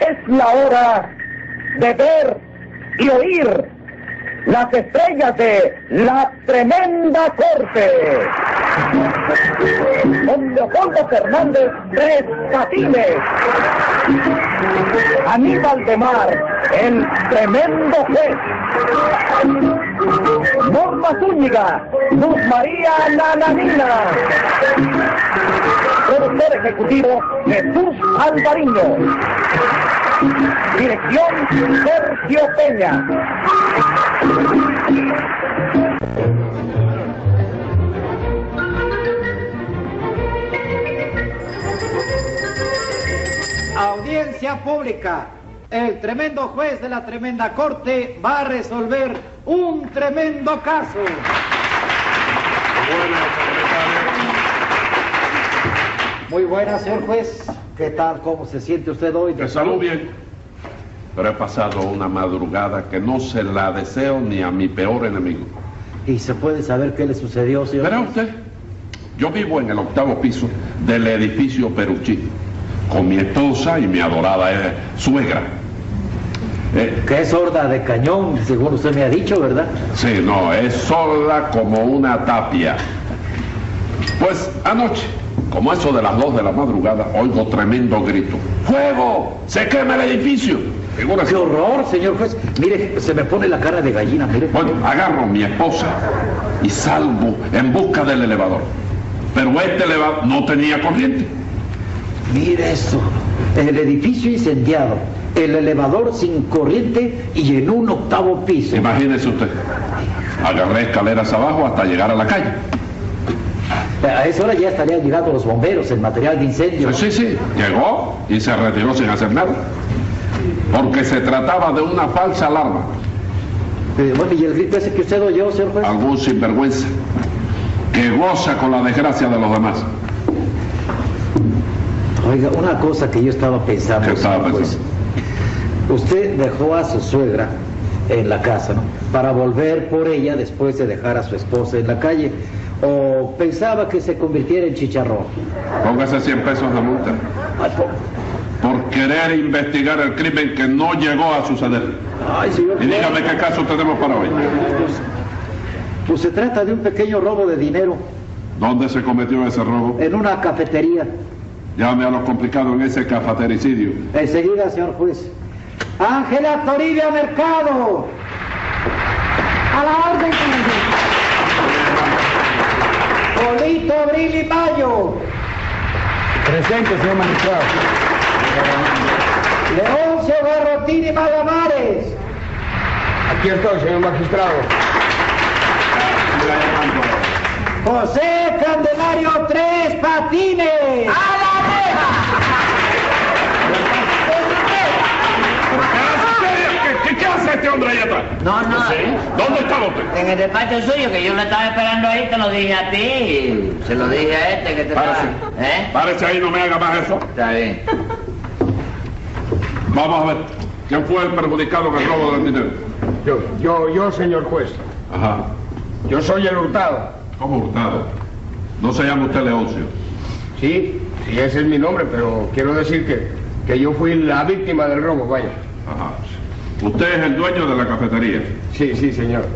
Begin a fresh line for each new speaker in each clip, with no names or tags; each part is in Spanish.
es la hora de ver y oír las estrellas de la tremenda corte. Con Leopoldo Fernández, tres patines. Aníbal de Mar, el tremendo juez. Norma Zúñiga, Luz María Nananina. Productor ejecutivo Jesús Alvariño. Dirección Sergio Peña.
Audiencia pública. El tremendo juez de la tremenda corte va a resolver un tremendo caso. Muy buenas, señor juez. ¿Qué tal? ¿Cómo se siente usted hoy?
De salud bien. Pero he pasado una madrugada que no se la deseo ni a mi peor enemigo.
¿Y se puede saber qué le sucedió, señor?
Verá
juez?
usted, yo vivo en el octavo piso del edificio Peruchí, con mi esposa y mi adorada eh, suegra. Eh,
Que es horda de cañón, según usted me ha dicho, ¿verdad?
sí, no, es sola como una tapia. Pues anoche, como eso de las dos de la madrugada, oigo tremendo grito. ¡Fuego! ¡Se quema el edificio! Figúrese.
¡Qué horror, señor juez! Mire, se me pone la cara de gallina, mire.
Bueno, agarro a mi esposa y salgo en busca del elevador. Pero este elevador no tenía corriente.
Mire eso. El edificio incendiado, el elevador sin corriente y en un octavo piso.
Imagínese usted. Agarré escaleras abajo hasta llegar a la calle.
A esa hora ya estarían llegando los bomberos, el material de incendio.
Sí, sí, sí. Llegó y se retiró sin hacer nada. Porque se trataba de una falsa alarma.
Eh, bueno, y el grito ese que usted oyó, señor juez.
Algún sinvergüenza que goza con la desgracia de los demás.
Oiga, una cosa que yo estaba pensando.
¿Qué estaba
señor juez. Usted dejó a su suegra en la casa, ¿no? Para volver por ella después de dejar a su esposa en la calle. O pensaba que se convirtiera en chicharrón.
Póngase 100 pesos de multa
Ay, po-
por querer investigar el crimen que no llegó a suceder.
ay, señor
Y
juez.
dígame qué caso tenemos para hoy.
Pues, pues se trata de un pequeño robo de dinero
¿Dónde se cometió ese robo?
en una cafetería.
Llame a los complicados en ese cafatericidio.
Enseguida, señor juez. Ángela Toribia Mercado. A la orden, Polito Abril y Mayo.
Presente, señor magistrado.
Leoncio Garrotín y Magamares.
Aquí estoy, señor magistrado.
José Candelario Tres Patines.
¿Qué, qué- qué hace este hombre ahí atrás?
No, no.
¿Dónde estaba usted?
En el despacho suyo, que yo lo estaba esperando ahí, te lo dije a ti. Se lo dije a este que te estaba.
Párese.
¿Eh?
Párese ahí, no me haga más eso.
Está bien.
Vamos a ver. ¿Quién fue el perjudicado en el robo del dinero?
Yo, yo, yo, señor juez.
Ajá.
Yo soy el hurtado.
¿Cómo hurtado? No se llama usted Leoncio.
Sí, sí, ese es mi nombre, pero quiero decir que, que yo fui la víctima del robo, vaya.
Ajá. Usted es el dueño de la cafetería.
Sí, sí, señor.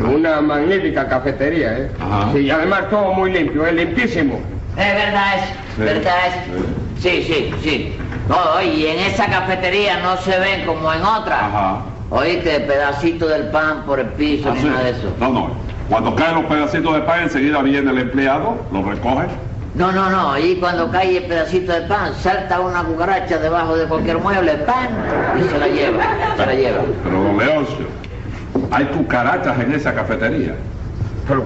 Una magnífica cafetería, ¿eh?
Ajá.
Sí, y además todo muy limpio, es limpísimo.
Es verdad eso,
Sí.
verdad eso. Sí, sí, sí. No, y en esa cafetería no se ven como en otras.
Ajá.
Oíste, pedacito del pan por el piso, ni
Así.
nada de eso.
No, no. Cuando caen los pedacitos de pan, enseguida viene el empleado, los recoge.
No, no, no. Y cuando cae el pedacito de pan, salta una cucaracha debajo de cualquier mueble, pan, y se la lleva, se la lleva.
Pero don Leoncio, hay cucarachas en esa cafetería.
Pero,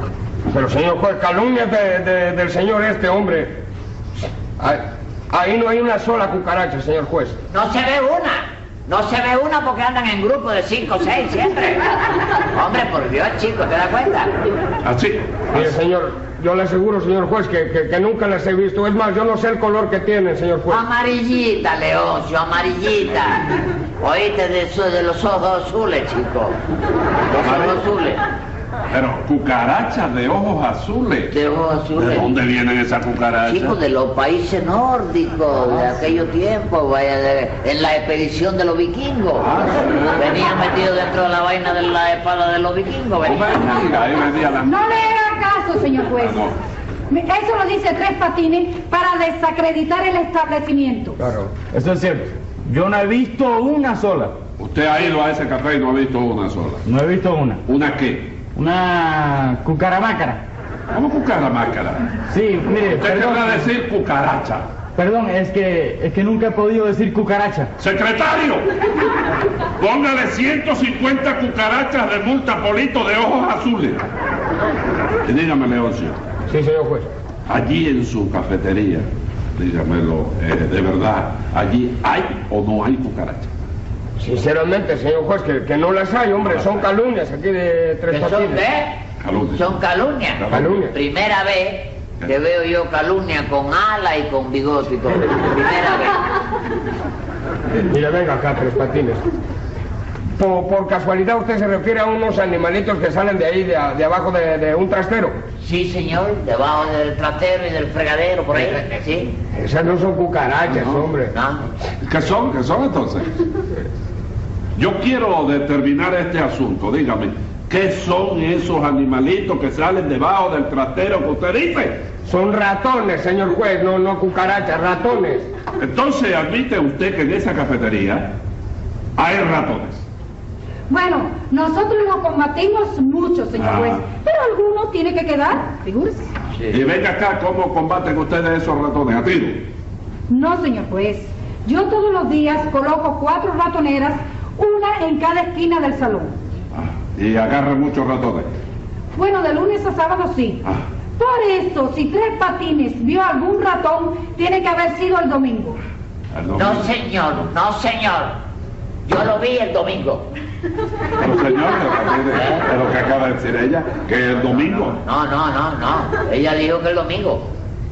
pero señor juez, calumnias de- de- del señor este hombre. Ahí, ahí no hay una sola cucaracha, señor juez.
No se ve una. No se ve una porque andan en grupo de cinco o seis siempre. Hombre, por Dios, chico, ¿te das cuenta?
Así.
Mire, señor, yo le aseguro, señor juez, que, que- que nunca las he visto. Es más, yo no sé el color que tienen, señor juez.
Amarillita, Leoncio, amarillita. Oíste de, eso, de los ojos azules, chico. Los ojos azules.
Pero cucarachas de ojos azules.
de ojos
¿De
azules.
dónde vienen esas cucarachas?
Chicos de los países nórdicos
Ah,
de aquellos tiempos, vaya, de- en la expedición de los vikingos.
Ah, sí.
Venían metidos dentro de la vaina de la espada de los vikingos. venían.
Mira, ahí venía la-
No le haga caso, señor juez.
No.
Eso lo dice Tres Patines para desacreditar el establecimiento.
Claro, eso es cierto. Yo no he visto una sola.
Usted ha ido a ese café y no ha visto una sola.
No he visto una.
¿Una qué?
Una cucaramácara.
¿Cómo cucaramácara?
Sí, mire,
Usted
perdón,
quiere decir cucaracha.
perdón, es que es que nunca he podido decir cucaracha.
Secretario, póngale 150 cucarachas de multa polito de ojos azules. Y dígame, Leoncio,
Sí, señor juez.
allí en su cafetería, dígamelo eh, de verdad, allí hay o no hay cucarachas.
Sinceramente, señor juez, que, que no las hay, hombre, son calumnias aquí de tres
¿Que son
patines.
qué?
Calumnia.
Son calumnias.
Calumnias.
Primera vez que veo yo calumnia con ala y con bigote y todo. Primera vez.
Mira, venga acá, tres patines. Por, por casualidad usted se refiere a unos animalitos que salen de ahí, de, a- de abajo de, de un trastero.
Sí, señor, debajo del trasero y del fregadero, por ahí. ¿Sí?
Esas no son cucarachas,
No.
hombre.
¿No?
¿Qué son? ¿Qué son entonces? Yo quiero determinar este asunto. Dígame, ¿qué son esos animalitos que salen debajo del trastero que usted dice?
Son ratones, señor juez, no, no cucarachas, ratones.
Entonces admite usted que en esa cafetería hay ratones.
Bueno, nosotros los combatimos mucho, señor
Ah.
juez, pero alguno tiene que quedar, figúrese.
Y venga acá, ¿cómo combaten ustedes esos ratones? A tiro.
No, señor juez. Yo todos los días coloco cuatro ratoneras, una en cada esquina del salón.
Ah, Y agarran muchos ratones.
Bueno, de lunes a sábado sí.
Ah.
Por eso, si Tres Patines vio algún ratón, tiene que haber sido el domingo.
Ah,
No, señor, no, señor. Yo lo vi el domingo.
Pero señor, ¿qué lo que acaba de decir ella, que el domingo.
No, no, no, no. Ella dijo que el domingo.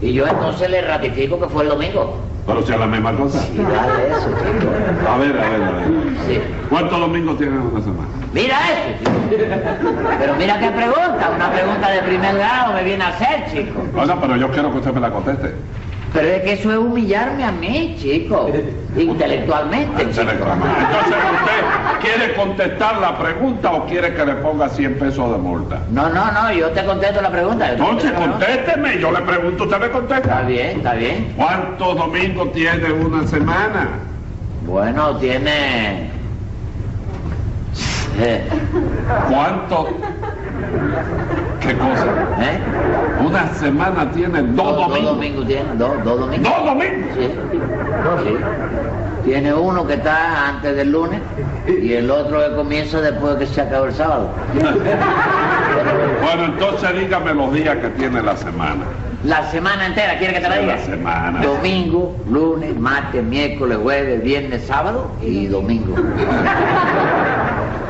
Y yo entonces le ratifico que fue el domingo.
Pero sea la misma cosa.
Mira eso, chico.
A ver, a ver, a ver.
Sí.
¿Cuántos domingos tienen una semana?
Mira eso. chico. Pero mira qué pregunta. Una pregunta de primer grado me viene a hacer, chico.
Bueno, pero yo quiero que usted me la conteste.
Pero es que eso es humillarme a mí, chico. Intelectualmente,
Se
chico.
le reclama. Entonces, ¿usted quiere contestar la pregunta o quiere que le ponga 100 pesos de multa?
No, no, no, yo te contesto la pregunta. Yo te
Entonces,
contesto la pregunta.
contésteme. Yo le pregunto, usted me
Está
contesta.
bien, está bien.
¿Cuántos domingos tiene una semana?
Bueno, tiene... Eh,
¿Cuántos? ¿Qué cosa?
¿eh?
Una semana tiene dos
Dos
domingos.
domingos tiene, dos, dos domingos.
¡Dos domingos!
Sí. Sí. Tiene uno que está antes del lunes y el otro que comienza después que se acaba el sábado.
Bueno, entonces dígame los días que tiene la semana.
La semana entera, ¿quiere que te la diga?
La semana.
Domingo, lunes, martes, miércoles, jueves, viernes, sábado y domingo.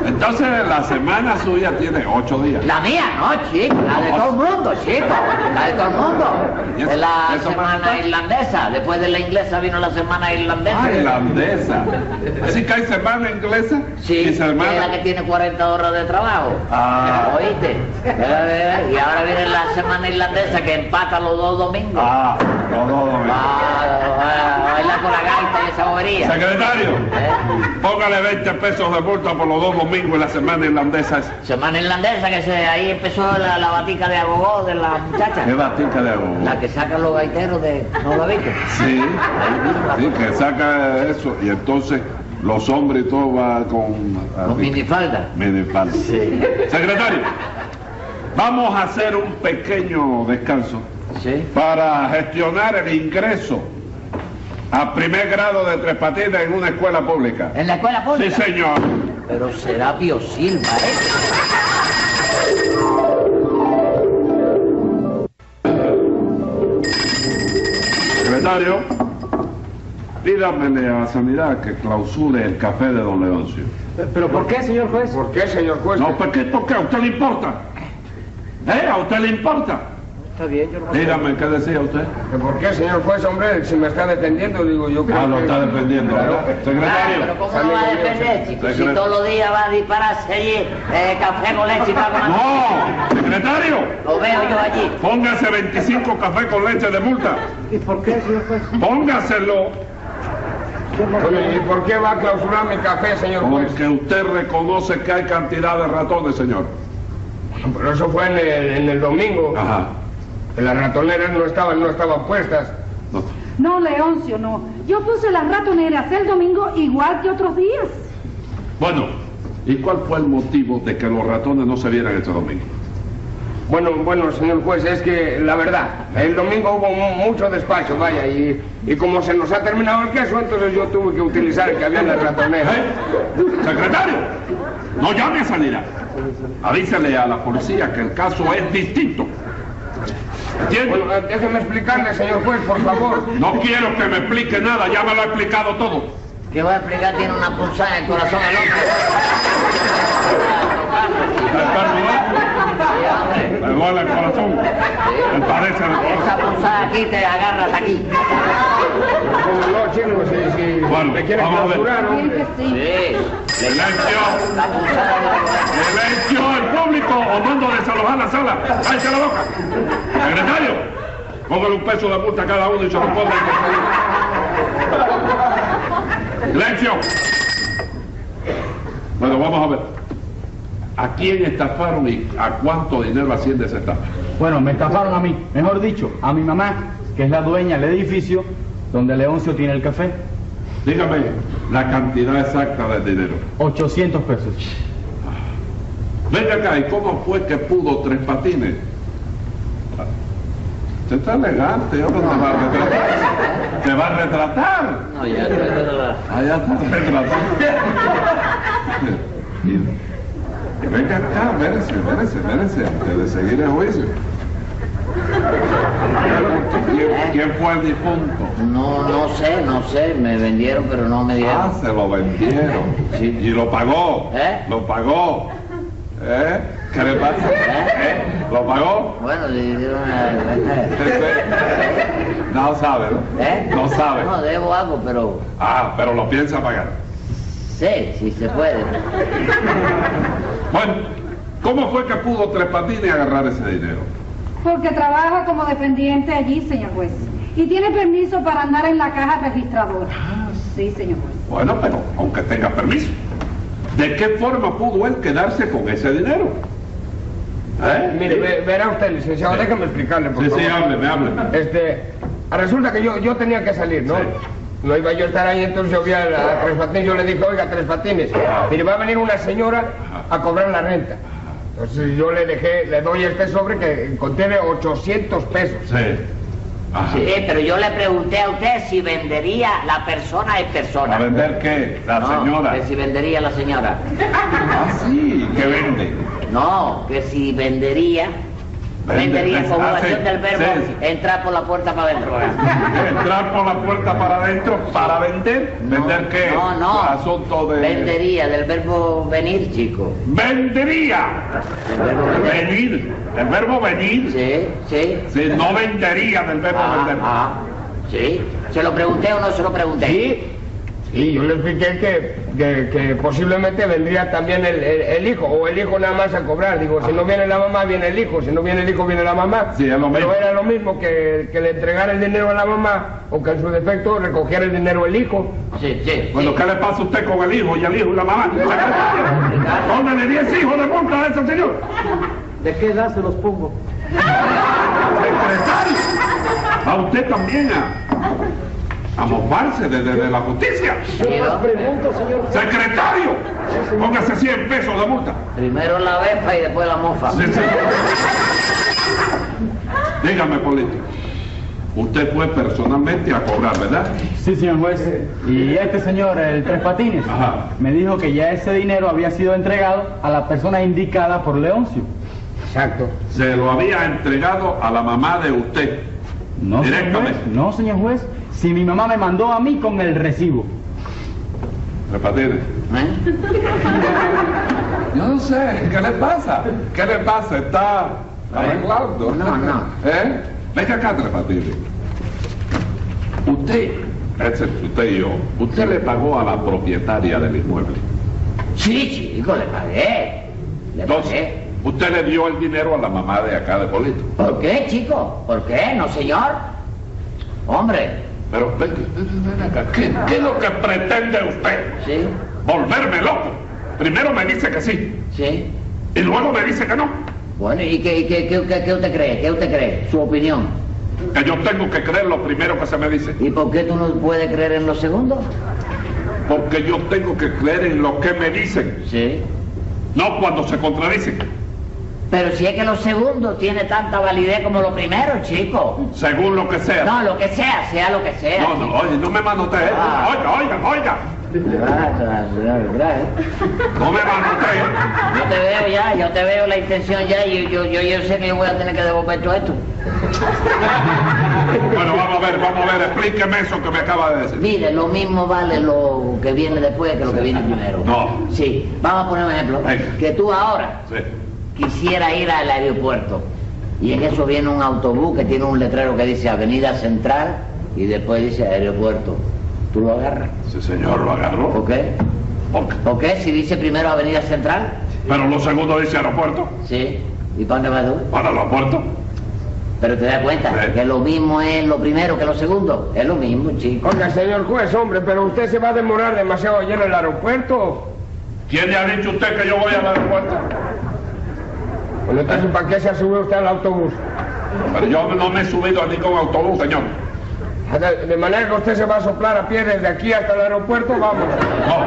Entonces la semana suya tiene ocho días.
La mía, no, chico, la de todo el mundo, chico, la de todo el
¿Y
mundo.
eso-
Es la
eso
semana
basta?
irlandesa, después de la inglesa vino la semana irlandesa.
Ah, irlandesa. Así que hay semana inglesa
Sí,
y
que es la que
semana.
tiene 40 horas de trabajo.
Ah.
¿Oíste? Eh, Y ahora viene la semana irlandesa que empata los dos domingos.
Ah, no, no, no, no.
Ah, ah, baila con la gaita y esa bobería.
Secretario,
Eh.
póngale 20 pesos de multa por los dos domingos y la semana irlandesa. es-
Semana irlandesa que se, ahí empezó la, la batica de agogó de la muchacha.
¿Qué batica de agua?
La que sacan los gaiteros de... ¿No la viste?
Sí, sí, que saca eso y entonces los hombres y todo va con...
Con minifalda.
Minifalda. Secretario, vamos a hacer un pequeño descanso
Sí.
para gestionar el ingreso a primer grado de Tres Patines en una escuela pública.
¿En la escuela
Sí,
pública?
señor.
Pero será Biosilva, ¿eh?
Secretario, pídamele a Sanidad que clausure el café de Don Leoncio. pues,
¿Pero por qué, señor
Pues-
juez?
¿Por qué, señor juez?
No, ¿por qué? ¿Por qué? ¿A usted le importa? ¿Eh? ¿A usted le importa?
Está bien, yo lo voy a
Dígame, ¿qué decía usted?
¿Que ¿Por qué, señor juez, hombre, si me está defendiendo? Digo, yo creo
Ah, lo
que-
está defendiendo, ¿verdad?
Claro.
Ah,
Secretario.
pero ¿cómo no va a defender, chico? Si
Secretario.
todos los días va a dispararse allí eh, café con leche y pan con azúcar.
¡No! ¡Secretario!
Lo veo yo allí.
Póngase 25 café con leche de multa.
¿Y por qué, señor juez?
Póngaselo
Oye, ¿Y por qué va a clausurar mi café, señor juez?
porque usted reconoce que hay cantidad de ratones, señor.
Pero eso fue en el, en el domingo.
Ajá.
Las ratoneras no estaban, no estaban puestas.
No.
No, Leoncio, no. Yo puse las ratoneras el domingo igual que otros días.
Bueno, ¿y cuál fue el motivo de que los ratones no se vieran este domingo?
Bueno, bueno, señor juez, es que la verdad, el domingo hubo mu- mucho despacho, vaya, y, y como se nos ha terminado el queso, entonces yo tuve que utilizar el que había en las ratoneras.
¿Eh? Secretario, no llame a Sanidad. Avísale a la policía que el caso es distinto. ¿Entiende?
Bueno, eh, déjeme explicarle, señor juez, por favor.
No quiero que me explique nada, ya me lo ha explicado todo.
Que voy a explicar, tiene una pulsada en el corazón al hombre.
Me duele el corazón. Me parece el
Esa
corazón.
pulsada aquí te agarras aquí.
Como no, chino, si, si
Bueno,
me quiere
vamos a ver.
clausurar,
Bien
hombre.
que sí.
Sí.
Silencio.
La pulsada no la-
¡Silencio el público o mando a desalojar la sala! ¡Cállese la boca! ¡Secretario! Póngale un peso de multa a cada uno y se lo ponga en el ¡Silencio! Bueno, vamos a ver. ¿A quién estafaron y a cuánto dinero asciende esa estafa?
Bueno, me estafaron a mí, mejor dicho, a mi mamá, que es la dueña del edificio donde Leoncio tiene el café.
Dígame la cantidad exacta del dinero.
800 pesos.
Venga acá, ¿y cómo fue que pudo Tres Patines? Usted está elegante, hombre, te va a retratar. Te va a retratar.
No, ya, ya, ya, ya.
Allá está retratado. Venga acá, vérese, vérese, vérese, antes de seguir el juicio. ¿Quién, quién fue el difunto?
No, no sé, no sé. Me vendieron, pero no me
Ah,
dieron.
se lo vendieron.
Sí.
Y lo pagó.
¿Eh?
Lo pagó. ¿Eh? ¿Qué le pasa? ¿Eh? ¿Lo pagó?
Bueno, le dieron una...
No sabe, ¿no?
¿Eh?
No sabe.
No, debo algo, pero
Ah, pero lo piensa pagar.
sé si se puede.
Bueno, ¿cómo fue que pudo Tres Patines agarrar ese dinero?
Porque trabaja como dependiente allí, señor juez. Y tiene permiso para andar en la caja registradora. Sí, señor juez.
Bueno, pero aunque tenga permiso, ¿de qué forma pudo él quedarse con ese dinero? ¿Eh?
Mire, ve- verá usted, licenciado,
Sí.
déjeme explicarle, por
Sí,
favor.
sí, hábleme, hábleme.
Este, resulta que yo, yo tenía que salir, ¿no?
Sí.
No iba yo a estar ahí, entonces yo vi a, la- a Tres Patines, yo le dije, oiga, Tres Patines, mire, va a venir una señora a cobrar la renta. Entonces yo le dejé, le doy este sobre que contiene 800 pesos.
Sí. Ajá.
Sí, eh, pero yo le pregunté a usted si vendería la persona en persona.
¿A vender qué? La
No,
señora.
Que si vendería la señora.
Ah, sí, ¿qué vende?
No, que si vendería.
Vende,
vendería
vende.
con
Ah,
acción
sí,
del verbo
sí.
entrar por la puerta para vender.
Entrar por la puerta para adentro para vender. ¿Vender qué? Ah,
No, no.
Asunto de.
Vendería, del verbo venir, chico.
Vendería.
Del verbo venir.
Venir. El verbo venir.
Sí, sí.
Sí, no vendería del verbo
Ah,
vender.
ah, sí. ¿Se lo pregunté o no se lo pregunté?
Sí, sí, yo le expliqué que, que- que posiblemente vendría también el, el- el hijo, o el hijo nada más a cobrar. Digo, si no viene la mamá, viene el hijo, si no viene el hijo, viene la mamá.
Ah. Sí, es lo mismo.
Pero era lo mismo que, que le entregara el dinero a la mamá, o que en su defecto recogiera el dinero el hijo.
Sí, sí.
Bueno,
sí.
¿qué le pasa a usted con el hijo y el hijo y la mamá? Póngale 10 hijos de multa a ese señor.
¿De qué edad se los pongo?
Secretario. A usted también a, a mofarse de, de- de la justicia.
Sí, ¿no?
Pregunto, señor juez.
Secretario. Póngase 100 pesos de multa.
Primero la befa y después la mofa.
Sí, sí. Dígame, político. Usted fue personalmente a cobrar, ¿verdad?
Sí, señor juez. Y este señor, el Tres Patines,
Ajá.
me dijo que ya ese dinero había sido entregado a la persona indicada por Leoncio.
Exacto.
Se lo había entregado a la mamá de usted.
No, señor juez.
Directamente.
No, señor juez. Si mi mamá me mandó a mí con el recibo.
Repatine.
¿Eh?
Yo no sé, ¿qué le pasa? ¿Qué le pasa? Está Abelardo, Eh, no, no. ¿Eh? Venga acá, Tres Patines. Usted, excepto usted y yo, usted le pagó a la propietaria del inmueble.
Sí, chico, le pagué. Le
Entonces,
pagué.
usted le dio el dinero a la mamá de acá de Polito.
¿Por qué, chico? ¿Por qué? No, señor. Hombre,
Pero, ven, ven, ven acá. ¿Qué, qué es lo que pretende usted?
sí,
¿Volverme loco? Primero me dice que sí,
sí.
y luego me dice que no.
Bueno, ¿y qué, y qué, qué, qué- qué usted cree? ¿Qué usted cree? Su opinión.
Que yo tengo que creer lo primero que se me dice.
¿Y por qué tú no puedes creer en lo segundo?
Porque yo tengo que creer en lo que me dicen,
Sí.
no cuando se contradicen.
Pero si es que lo segundo tiene tanta validez como lo primero, chico.
Según lo que sea.
No, lo que sea, sea lo que sea.
No, no, oye, no me manotees.
Ah.
Oiga, oiga, oiga.
Gracias, gracias, gracias.
No me manotees.
Yo te veo ya, yo te veo la intención ya y yo, yo, yo sé que yo voy a tener que devolver todo esto.
Bueno, vamos a ver, vamos a ver, explíqueme eso que me acaba de decir.
Mire, lo mismo vale lo que viene después que lo que viene primero.
No.
Sí, vamos a poner un ejemplo.
Venga.
Que tú ahora
Sí.
quisieras ir al aeropuerto y en eso viene un autobús que tiene un letrero que dice Avenida Central y después dice Aeropuerto. ¿Tú lo agarras?
Sí, señor, lo agarró.
¿Por qué?
¿Por qué?
¿Por qué? Si dice primero Avenida Central.
Pero lo segundo dice aeropuerto.
Sí. ¿Y para dónde vas tú?
Para el aeropuerto.
Pero te das cuenta
Sí.
que lo mismo es lo primero que lo segundo. Es lo mismo, chico.
Oiga, señor juez, hombre, pero usted se va a demorar demasiado allá en el aeropuerto.
¿Quién le ha dicho a usted que yo voy al aeropuerto?
Bueno, entonces, ¿para qué se ha subido usted al autobús?
Pero yo no me he subido a ningún autobús, señor.
De de manera que usted se va a soplar a pie desde aquí hasta el aeropuerto, vamos.
No.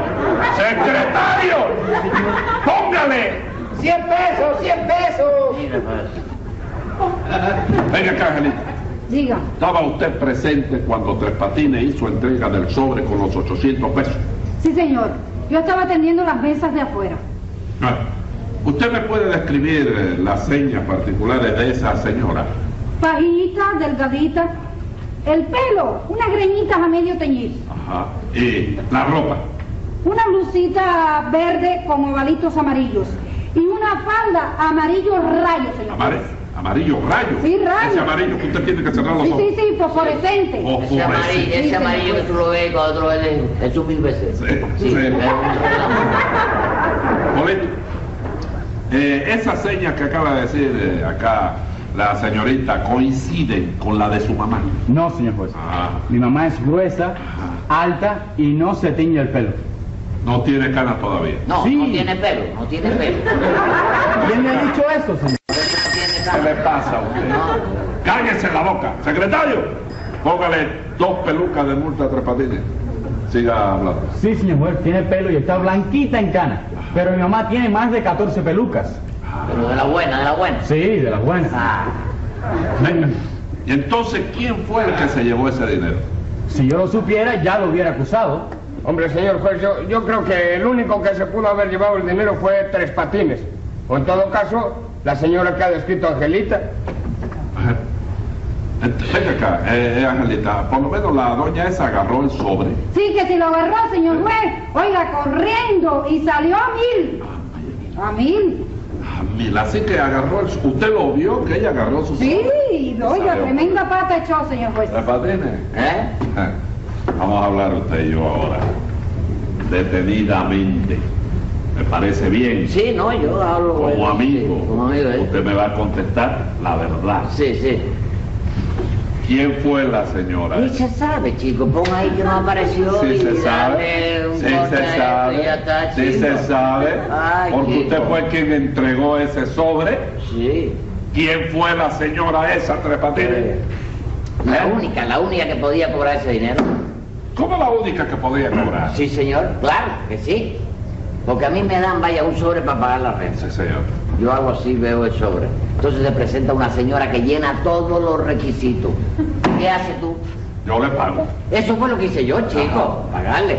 ¡Secretario! ¡Póngale!
¡Cien pesos! ¡Cien pesos!
Venga acá, Angelita.
Diga,
¿Estaba usted presente cuando Tres Patines hizo entrega del sobre con los 800 pesos?
sí señor, yo estaba atendiendo las mesas de afuera.
Ah, ¿Usted me puede describir eh, las señas particulares de esa señora?
Pajita, delgadita, el pelo, unas greñitas a medio teñir,
Ajá. ¿Y la ropa?
una blusita verde con ovalitos amarillos y una falda amarillo rayo, señor.
Amare- Amarillo, rayo.
Sí, rayo.
Ese amarillo que usted tiene que cerrar los
Sí,
ojos.
sí, sí, fosforescente.
Oh,
Ese amarillo,
pobrecito.
ese amarillo que tú lo ves y cuando tú lo ves, es un mil veces.
Sí, sí.
es un-
Boleto. Eh, esas señas que acaba de decir eh, acá la señorita coinciden con la de su mamá.
No, señor juez.
Ah,
Mi mamá es gruesa, alta y no se tiñe el pelo.
no tiene canas todavía.
No,
Sí.
no tiene pelo, no tiene pelo.
¿Quién le ha dicho eso, señor?
¿Qué le pasa a usted? Cállese la boca. Secretario, póngale dos pelucas de multa a tres patines. Siga hablando.
Sí, señor juez, tiene pelo y está blanquita en cana. Pero mi mamá tiene más de 14 pelucas.
Pero de la buena, de la buena.
Sí, de las buenas.
Ah,
Venga. Y entonces, ¿quién fue el que se llevó ese dinero?
Si yo lo supiera, ya lo hubiera acusado.
Hombre, señor juez, yo, yo creo que el único que se pudo haber llevado el dinero fue Tres Patines. O en todo caso, la señora que ha descrito Angelita.
Ent- Venga acá, eh, eh, Angelita, por lo menos la doña esa agarró el sobre.
Sí, que si lo agarró, señor juez, oiga, corriendo y salió a mil. A mil.
Ah, Mira, así que agarró el sobre. ¿Usted lo vio que ella agarró su
Sí,
sobre?
oiga,
Salió. Ah.
tremenda pata echó, señor juez.
Tres patines.
¿eh?
Vamos a hablar usted y yo ahora. Detenidamente. Me parece bien.
Sí, no, yo hablo con
Como
él,
amigo.
sí, como amigo, ¿eh?
Usted me va a contestar la verdad.
Sí, sí.
¿Quién fue la señora?
Ni se sabe, chico. Pon ahí que no apareció.
Sí
y
se
dale
sabe,
un
sí
corte a
se
esto y
sabe,
ya está,
sí
chico.
se sabe,
Ay,
porque
chico.
usted fue quien entregó ese sobre.
Sí.
¿Quién fue la señora esa, Tres Patines?
La
¿Eh?
única, la única que podía cobrar ese dinero.
¿Cómo la única que podía cobrar?
Sí, señor, claro que sí. Porque a mí me dan, vaya, un sobre para pagar la renta.
Sí, señor.
Yo hago así, veo el sobre. Entonces se presenta una señora que llena todos los requisitos. ¿Qué haces tú?
Yo le pago.
Eso fue lo que hice yo, chico.
Ajá.
Pagarle.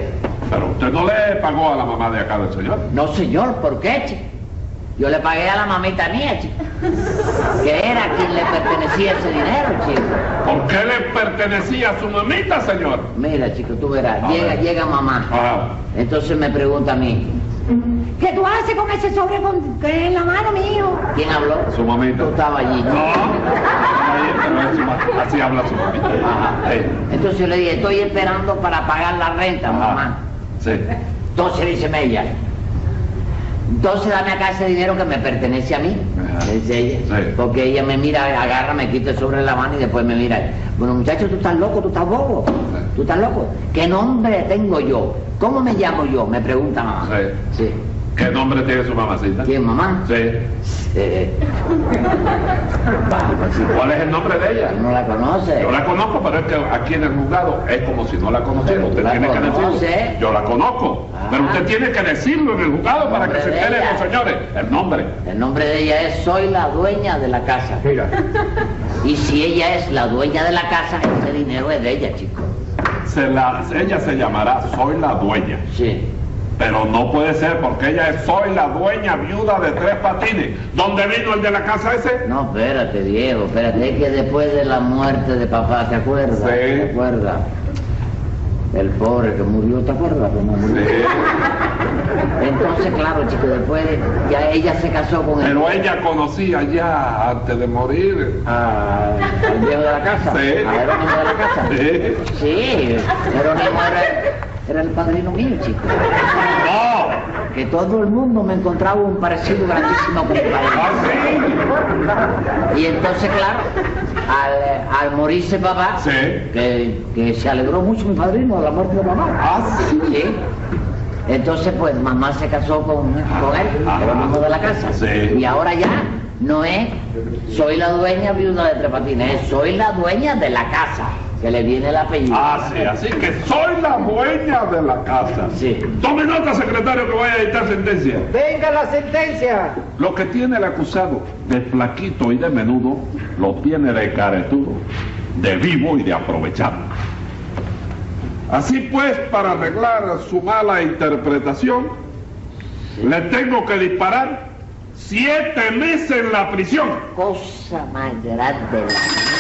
Pero usted no le pagó a la mamá de acá del señor.
No, señor, ¿por qué, chico? Yo le pagué a la mamita mía, chico. Que era quien le pertenecía ese dinero, chico.
¿Por qué le pertenecía a su mamita, señor?
Mira, chico, tú verás,
A
llega,
ver.
llega mamá.
Ah,
Entonces me pregunta a mí,
¿Qué tú haces con ese sobre con- que en la mano, mi hijo?
¿Quién habló?
Su mamita.
Yo estaba allí.
No, ahí está, no es su ma- así habla su mamita.
Ajá.
Sí.
Entonces yo le dije, estoy esperando para pagar la renta,
Ajá.
mamá.
Sí.
Entonces dice ella, entonces dame acá ese dinero que me pertenece a mí,
Ajá.
le dice ella.
Sí.
Porque ella me mira, agarra, me quita el sobre de la mano y después me mira. Bueno, muchacho, tú estás loco, tú estás bobo, tú estás loco. ¿Qué nombre tengo yo? ¿Cómo me llamo yo? Me pregunta mamá. Sí.
¿Qué nombre tiene su mamacita?
¿Quién, mamá?
Sí.
Eh, pues,
¿Cuál es el nombre de ella?
no la conoce.
Yo la conozco, pero es que aquí en el juzgado es como si no la conociera. Usted
La
tiene que decirlo.
conoce.
Yo la conozco,
Ah.
pero usted tiene que decirlo en el juzgado para que se
Nombre de
enteren
ella.
los señores. El nombre.
El nombre de ella es Soy la dueña de la casa.
Mira,
Y si ella es la dueña de la casa, ese dinero es de ella, chico.
Se la- ella se llamará Soy la Dueña.
Sí.
Pero no puede ser porque ella es Soy la Dueña viuda de Tres Patines. ¿Dónde vino el de la casa ese?
No, espérate, Diego, espérate, es que después de la muerte de papá, ¿te acuerdas?
Sí.
¿Te acuerdas? El pobre que murió, ¿te acuerdas cómo murió? Entonces, claro, chico, después de- ya ella se casó con el,
Pero ella conocía ya antes de morir.
a- al Diego de la casa,
Sí.
a Jerónimo de la casa.
Sí.
Sí, Jerónimo era, era el padrino mío, chico.
No.
Que todo el mundo me encontraba un parecido grandísimo con
Ah,
padrino. Y entonces, claro, al, eh, al morirse papá,
Sí.
que, que se alegró mucho mi padrino de la muerte de mamá.
Ah, sí.
Sí. Entonces, pues mamá se casó con, con él,
Ajá.
el amigo de la casa.
Sí.
Y ahora ya no es soy la dueña viuda de Trepatines, es soy la dueña de la casa, que le viene el apellido.
Ah, sí, así que soy la dueña de la casa.
Sí.
Tome nota, secretario, que voy a dictar sentencia.
Venga la sentencia.
Lo que tiene el acusado de flaquito y de menudo, lo tiene de caretudo, de vivo y de aprovechado. Así pues, para arreglar su mala interpretación, le tengo que disparar siete meses en la prisión.
Cosa más grande. de la vida.